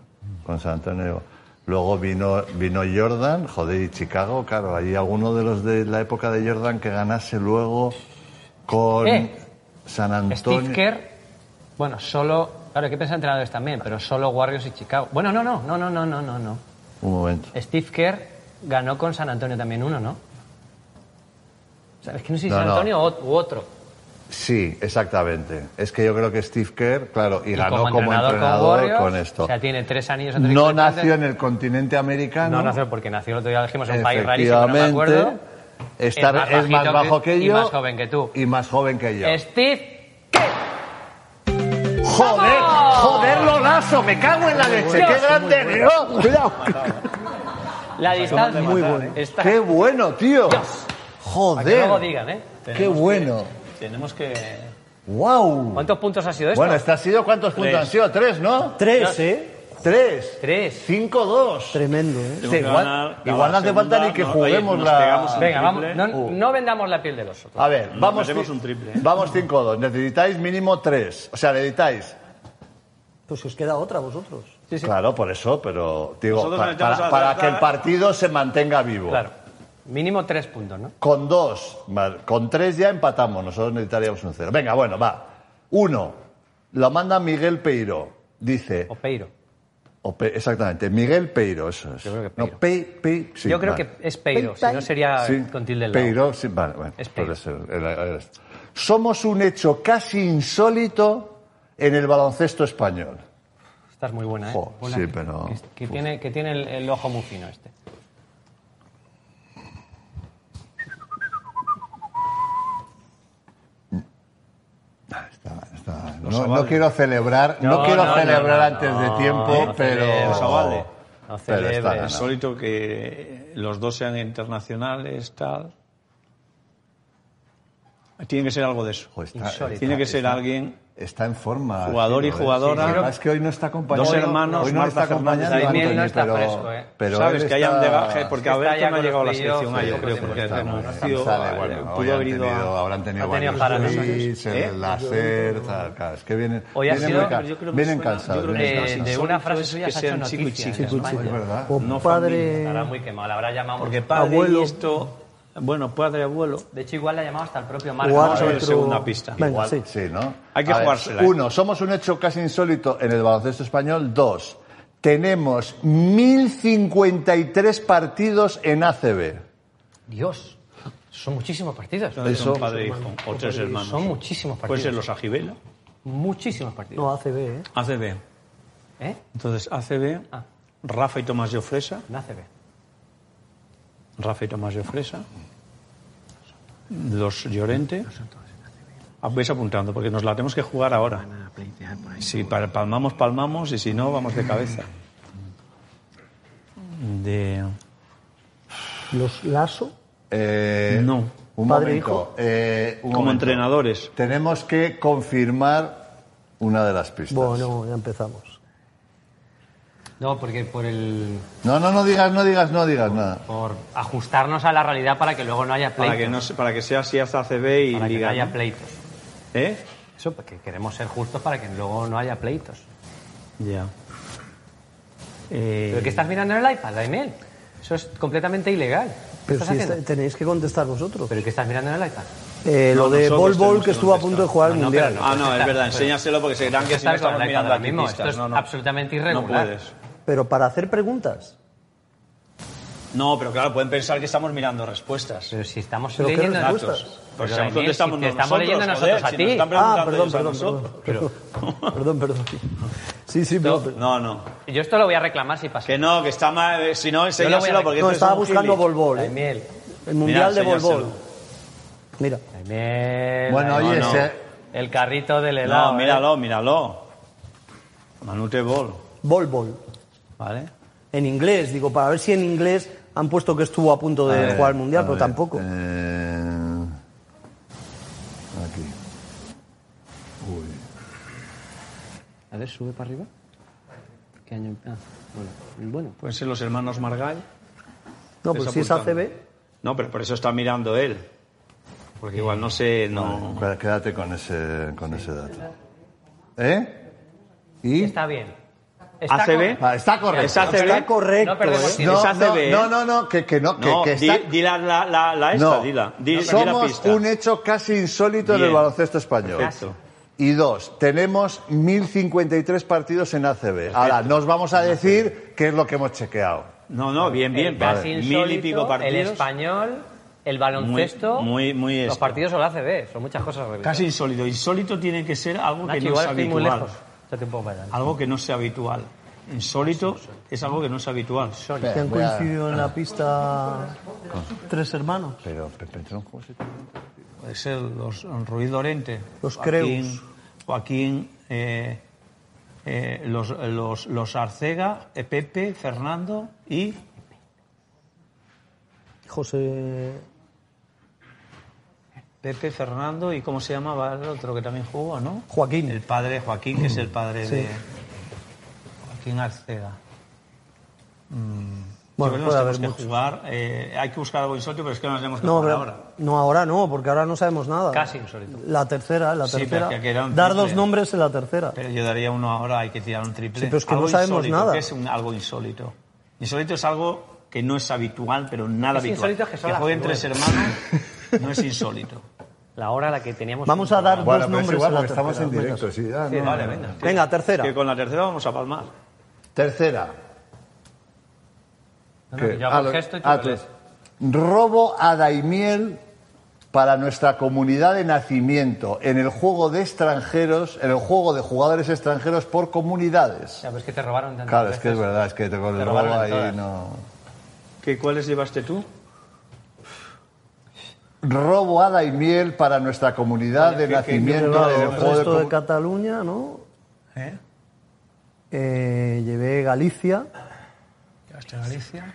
con San Antonio. Luego vino, vino Jordan, joder, y Chicago, claro, ahí alguno de los de la época de Jordan que ganase luego con Eh, San Antonio. Steve Kerr, bueno, solo... Claro, hay que pensar en entrenadores también, pero solo Warriors y Chicago. Bueno, no, no, no, no, no, no, no, no. Un momento. Steve Kerr ganó con San Antonio también uno, ¿no? O sea, es que no sé si No, San no. Antonio o- u otro. Sí, exactamente. Es que yo creo que Steve Kerr, claro, y, Y ganó como entrenador, con Warriors, con esto. O sea, tiene tres años. o tres no cosas nació antes. en el continente americano. No nació porque nació el otro día, lo dijimos, en un país rarísimo, no me Efectivamente. acuerdo. está- Es más es más bajito bajo que, que- y yo. más joven que tú. Y más joven que yo. Steve, ¡Joder! ¡Joder, Lolazo! ¡Me cago en la leche! ¡Qué grande, tío! Cuidado. la distancia. Muy bueno. ¿eh? Está, ¡Qué bueno, tío! para que luego ¡Joder! digan, ¿eh? ¡Qué bueno! Tenemos que... ¡Wow! ¿Cuántos puntos ha sido esto? Bueno, ¿este ha sido cuántos puntos han sido? ¿Tres, no? Tres, ¿eh? ¿Tres? Tres. ¿Cinco, dos? Tremendo, ¿eh? Sí, igual igual no hace falta ni que juguemos la... Venga, vamos, no, Uh. no vendamos la piel del oso. A ver, Nos vamos, metemos ci- un triple. vamos 5-2. Necesitáis mínimo 3. O sea, necesitáis. Pues os queda otra a vosotros. Claro, por eso, pero digo, Nosotros pa- necesitamos para, a- para a- que el partido se mantenga vivo. Claro. Mínimo tres puntos, ¿no? Con 2, con 3 ya empatamos. Nosotros necesitaríamos un 0. Venga, bueno, va. 1. Lo manda Miguel Peiro. Dice, O Peiro. o Pe- exactamente, Miguel Peiro, eso es. Yo creo que No, Pe- Pe- sí, Yo creo vale. que es Peiro, si no sería Sí, con tilde al lado. Peiro, sí, vale, bueno, Es Peiro. puede ser, era- era esto. Somos un hecho casi insólito en el baloncesto español. Estás muy buena, ¿eh? Jo, Hola. sí, pero- Que, que tiene, que tiene el, el ojo muy fino este. Está- está- Ah, no, no quiero celebrar, no, No, quiero no, no, celebrar no, antes de no, tiempo, no pero. celebres. Los avales. No pero está celebres. ganado. Insólito que los dos sean internacionales, tal. Tiene que ser algo de eso. Jo, está- Insólito. Tiene que está- ser alguien Está en forma. Jugador y Ciro, ¿eh? jugadora. Sí, sí, Es que hoy no está acompañado. Dos hermanos, hoy no está Marta Fernández acompañado. y Anthony, Daniel no está pero, fresco, ¿eh? pero sabes él que hayan está- debaje porque Está a ver ya no ha con llegado a la los selección Ah, playoffs, ayer, sí, creo, sí, porque sí, no sí, ha sí, sido- Sale, bueno, hoy pudo han haber ido tenido- a... ¿eh? habrán tenido ha tenido varios para Luis, nosotros. el Lacer, tal, claro, es que vienen, Hoy ha vienen, sido- muy ca- yo creo que vienen suena- yo cansados. creo que vienen es De, cansados. de insólito una frase es suya que se ha hecho sean chico y noticia. en chica. Chico y España. chica. Es verdad. O No Pues, padre. Estará muy quemado, la habrá llamado. Porque padre Abuelo. y esto... Bueno, padre, abuelo... De hecho, igual la ha llamado hasta el propio Marco. O Vamos a ver árbitro. segunda pista. Venga, Igual, sí. sí, ¿no? Hay que A ver, jugársela, ¿eh? Uno, somos un hecho casi insólito en el baloncesto español. Dos, tenemos 1053 partidos en ACB. Dios, son muchísimos partidos. Entonces, Eso- son padre e hijo, o tres hermanos. Son muchísimos Puede partidos. ser los Ajibela. Muchísimos partidos. No, ACB, ¿eh? ACB. ¿Eh? Entonces, ACB, Ah. Rafa y Tomás de Ofresa. En ACB. Rafa y Tomás de Ofresa. los Llorente. Ah, Vais apuntando, porque nos la tenemos que jugar ahora. Si pa- palmamos, palmamos, y si no, vamos de cabeza. De... Los Lasso. Eh, No. Un Padre, momento. hijo. eh, un Como momento. entrenadores. Tenemos que confirmar una de las pistas. Bueno, ya empezamos. No, porque por el. No, no, no digas, no digas, no digas nada. por ajustarnos a la realidad para que luego no haya pleitos. Para que, no, se- para que sea así hasta CB y para que no Liga. haya ¿no? pleitos. ¿Eh? Eso, porque queremos ser justos para que luego no haya pleitos. Ya. Eh, ¿Pero qué estás mirando en el iPad, Daniel? Eso es completamente ilegal. ¿Qué Pero estás si haciendo? esta- tenéis que contestar vosotros. ¿Pero qué estás mirando en el iPad? Eh, No, lo de nosotros Bol Bol tenemos que que estuvo a punto de contestar. jugar el No, no, pero mundial. no. Ah, no, está- es verdad, enséñaselo porque se crean que si Está no con estamos el iPad mirando ahora aquí mismo, pistas. Esto es no, no. absolutamente irregular. No puedes. Pero para hacer preguntas. No, pero claro, pueden pensar que estamos mirando respuestas. Pero si estamos Pero qué leyendo respuestas. nosotros. Pues Pero, si nosotros Daniel, si estamos te estamos nosotros, leyendo joder, nosotros si a nos ti. están preguntando Ah, perdón, ellos a perdón, perdón, nosotros. perdón. Perdón, perdón. Sí, sí, No, pero- no, no. Yo esto lo voy a reclamar si pasa. Que no, que está mal. eh, Si no, Yo lo enséñaselo voy porque a- No, esto estaba es un buscando gili. Bol Bol, ¿eh? Daniel. El mundial Mira, de Bol Bol. enséñaselo. Mira. Daniel. Bueno, Daniel. oye, no. se- El carrito del helado. ¿eh? No, míralo, míralo. Manute Bol, Bol Bol. ¿vale? En inglés, digo, para ver si en inglés han puesto que estuvo a punto de Eh, jugar el mundial, a pero ver, tampoco. eh, aquí. Uy. A ver, sube para arriba. ¿Qué año? Ah, bueno. Bueno. Pueden ser los hermanos Margall. no, pues si es Desapuntando. ACB. No, pero por eso está mirando él. Porque igual no sé, no. Queda- Quédate con ese, con ese dato. ¿Eh? ¿Y? Está bien. ACB. con- Ah, está correcto. ¿Es ACB? Está correcto. No perdemos ¿eh? tiempo. No, ¿Es no, ACB? no, no, no, que, que no, que, No, que di, está... di la, la, la, la esta, no. dila. Di, di la somos pista. un e- hecho casi insólito en el Bien. baloncesto español. Perfecto. Y dos, tenemos 1.053 partidos en ACB. Ahora, nos vamos a decir qué es lo que hemos chequeado. No, no, bien, bien. El vale. casi Mil y insólito, pico partidos. El español, el baloncesto. Muy- muy- muy este. Los esto. partidos o la ACB. Son muchas cosas. revisar. Casi insólito. Insólito tiene que ser algo Nacho, que no es igual estoy muy habitual. lejos. Échate un poco para adelante. Algo que no sea habitual. Insólito es algo que no es habitual. Que han Voy a- coincidido en la pista tres hermanos. Pero, Pepe, Tron, ¿cómo se llama? Puede ser los Ruiz Lorente. Los Joaquín- Creus. Joaquín, eh, eh, los, los, los Arcega, eh, Pepe, Fernando y... José. Pepe, Fernando y cómo se llamaba el otro que también jugó, ¿no? Joaquín. El padre de Joaquín, que es el padre de Joaquín Arcega. Bueno, Yo creo que puede nos haber tenemos que muchos. jugar. eh, hay que buscar algo insólito, pero es que no nos tenemos que No, jugar pero- ahora. no, ahora no, porque ahora no sabemos nada. Casi insólito. La tercera, la Sí, pero tercera. es que queda un Dar triple. dos nombres en la tercera. Pero yo daría uno ahora, hay que tirar un triple. Sí, pero es que Algo no sabemos insólito, nada. ¿qué es un- algo insólito? Insólito es algo que no es habitual, pero nada Es habitual. insólito que son las jueguen nueve. tres hermanos no es insólito. La hora a la que teníamos. Vamos un a dar programa. Bueno, dos pero es nombres igual, en la porque estamos en tercera. directo. sí, ah, no, Vale, no, venga. Venga, tercera. Que con la tercera vamos a palmar. Tercera. no, ¿Qué? yo hago Ah, el lo- gesto y tú ah, lo tú. lees. Robo a Daimiel para nuestra comunidad de nacimiento en el juego de extranjeros, en el juego de jugadores extranjeros por comunidades. Ya, pero es que te robaron tantas Claro, es que es veces. verdad, es que te con el Te robo robaron ahí todas. no. ¿Qué, ¿Cuáles llevaste tú? Robo a Daimiel para nuestra comunidad de nacimiento en el El juego de resto de comu- Cataluña, ¿no? ¿Eh? Eh, llevé Galicia. ¿Llevaste Galicia?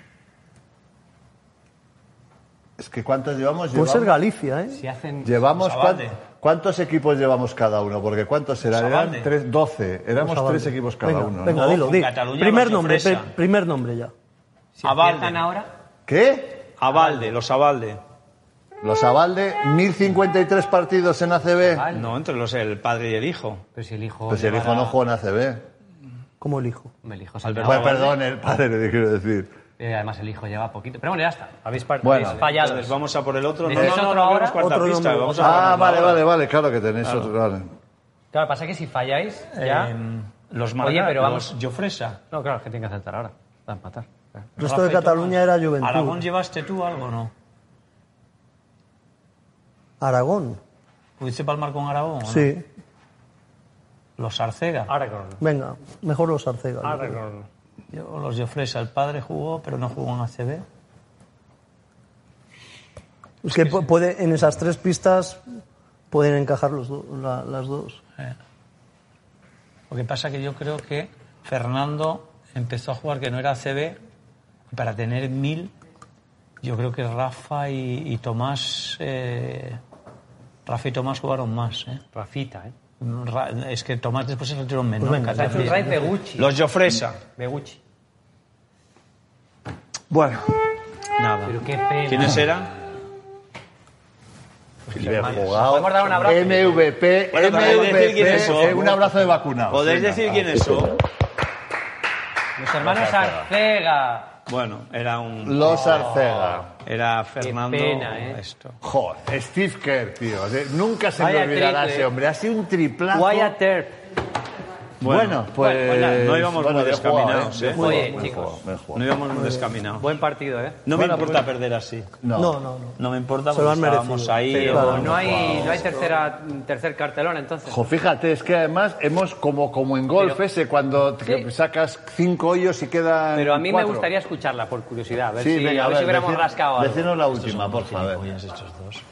Es que ¿cuántos llevamos? Puede ser Llevamos- Galicia, ¿eh? Si hacen. Llevamos Osabalde. cuan- ¿Cuántos equipos llevamos cada uno? Porque ¿cuántos eran? Osabalde. Eran tres, doce. Éramos Osabalde. tres equipos cada Venga, uno. ¿no? Venga, Ojo, dilo, di. Cataluña Primer nos nombre, ofrece. pe- primer nombre ya. Si Abalde. empiezan ahora. ¿Qué? Avalde, los Avalde. Los Avalde, 1053 partidos en ACB. Abalde. No, entre los el padre y el hijo. Pero si el hijo. Pues el hijo no juega en ACB. ¿Cómo elijo? El hijo Alberto. Bueno, Bueno, Pues perdón, el padre le quiero decir. además el hijo lleva poquito. Pero bueno, ya está. Habéis, par- Bueno. habéis fallado. Entonces vamos a por el otro. No, no, ¿Necesitas no, otro no, ahora? queremos cuarta Otro pista, nombre. vamos a Ah, jugarnos vale, ahora. vale, vale, claro que tenéis otro. Vale. Claro, pasa que si falláis. Ya. Eh, los Oye, Marga, pero vamos- los Jofresa. No, claro, es que tienen que acertar ahora. Van a matar. claro. El resto de Cataluña era Juventud. ¿Aragón llevaste tú algo o no? Aragón. ¿Pudiste palmar con Aragón? o no? Sí. Los Arcega. Ahora con. Venga, mejor los Arcega. Ah, yo creo. Yo, los de Fresa. El padre jugó, pero no jugó en ACB. Es que pu- puede, en esas tres pistas pueden encajar los do- la- las dos. Lo que pasa que yo creo que Fernando empezó a jugar que no era CB y para tener mil, yo creo que Rafa y, y Tomás, eh, Rafa y Tomás jugaron más. ¿eh? Rafita, ¿eh? Ra- Es que Tomás después se retiró en O Menorca. sea, es un también. raid de Gucci. Los Jofresa. De Gucci. Bueno, Nada. Pero qué pena. ¿Quiénes eran? Le he Podemos dar un jugado abrazo. MVP, Bueno, pero podéis decir quiénes son. MVP, eh, un abrazo de vacunado. ¿Podéis Venga, decir va. quiénes son? Los hermanos Arcega. Bueno, era un... Los Arcega. Era Fernando... pena, ¿eh? Esto. Joder, Steve Kerr, tío. O sea, Nunca se Vaya me olvidará triple. ese hombre. Ha sido un triplazo. Wyatt Earp. Bueno, pues. bueno, ya, no íbamos muy bien jugado, descaminados, bien ¿eh? jugado, Oye, bien chicos. jugado, bien jugado. No íbamos muy descaminados. Buen partido, ¿eh? No me importa perder así. No. no, no, no. No me importa Se lo porque han merecido. estábamos ahí. Pero o- No, no hay, no hay tercera, tercer cartelón, entonces. Jo, fíjate, es que además hemos como, como en golf ese, cuando te- Sí. sacas cinco hoyos y quedan. Pero a mí cuatro. me gustaría escucharla, por curiosidad. A ver Sí, si, venga, a ver si hubiéramos decí- rascado algo. Decinos la última, por favor. estos dos.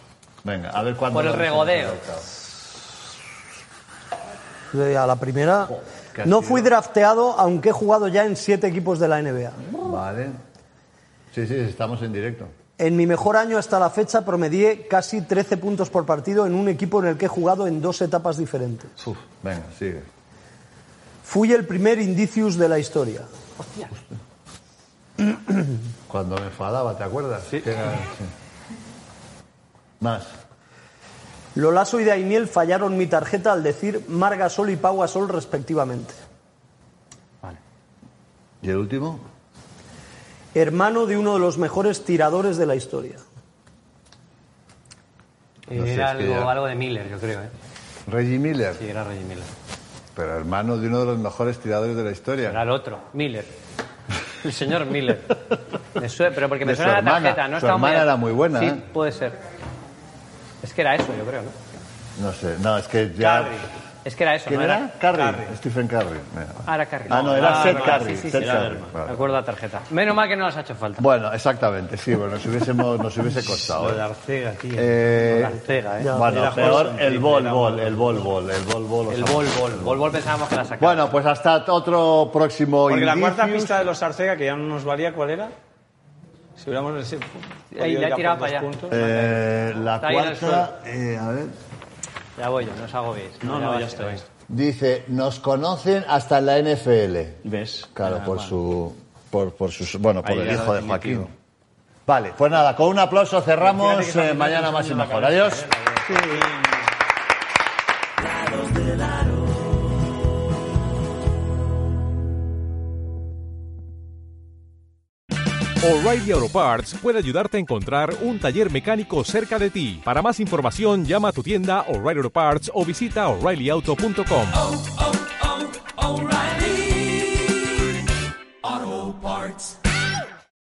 Venga, a ver cuándo. Por el lo habéis regodeo. encontrado. Yo A la primera. qué No asqueroso. fui drafteado, aunque he jugado ya en siete equipos de la NBA. Vale. Sí, sí, estamos en directo. En mi mejor año hasta la fecha promedié casi 13 puntos por partido en un equipo en el que he jugado en dos etapas diferentes. Uf, venga, sigue. Fui el primer Indicius de la historia. Cuando me enfadaba, ¿te acuerdas? Que era- sí. Más. Lolaso y Daimiel fallaron mi tarjeta al decir Margasol y Pau Gasol respectivamente. ¿Y el último? Hermano de uno de los mejores tiradores de la historia. No sé, Eh, era es que algo, ya- algo de Miller, yo creo, ¿eh? Reggie Miller, Sí, era Reggie Miller. pero hermano de uno de los mejores tiradores de la historia. Era el otro, Miller. El señor Miller. Me suena, pero porque me De su suena la hermana. tarjeta. No Su estaba hermana muy... era muy buena, Sí, ¿eh? puede ser. Es que era eso, yo creo, ¿no? No sé, no, es que ya. Es que era eso, ¿Quién ¿no? era? Curry. Stephen Curry. Mira. Ah, era Curry. Ah, no, era Ah, Seth vale, Curry. sí, sí, Seth sí, era Curry, Derma. vale. Me acuerdo la tarjeta. Menos mal que no las ha hecho falta. Bueno, exactamente, sí, bueno, si hubiésemos, nos hubiese costado. Lo de ¿eh? Arcega, tío. Eh, Lo de Arcega, ¿eh? bueno, Era peor Jordan, el triple, bol, era bol, un- el bol, bol, el bol, bol. o el sea, bol, bol. Bol, bol pensábamos que la sacaba. Bueno, pues hasta otro próximo Porque la cuarta Indicius. pista de los Arcega, que ya no nos valía, ¿cuál era? Si hubiéramos... ese- podido le ha ir a tirado por para dos allá. puntos. Eh, la Está ahí en el cuarta, eh, a ver, Ya voy yo, no os agobiéis. No, va no, ya a ser, está. va. dice, nos conocen hasta en la NFL. ¿Ves? Claro, Ah, por bueno. su, por, por sus, bueno, por Ahí el ya lo hijo de definitivo. Joaquín. Vale, pues nada, con un aplauso Fíjate que cerramos, está eh, muy mañana bien más y pensando en la mejor. cabeza, Adiós. O'Reilly Auto Parts puede ayudarte a encontrar un taller mecánico cerca de ti. Para más información, llama a tu tienda O'Reilly Auto Parts o visita oreillyauto.com. oh,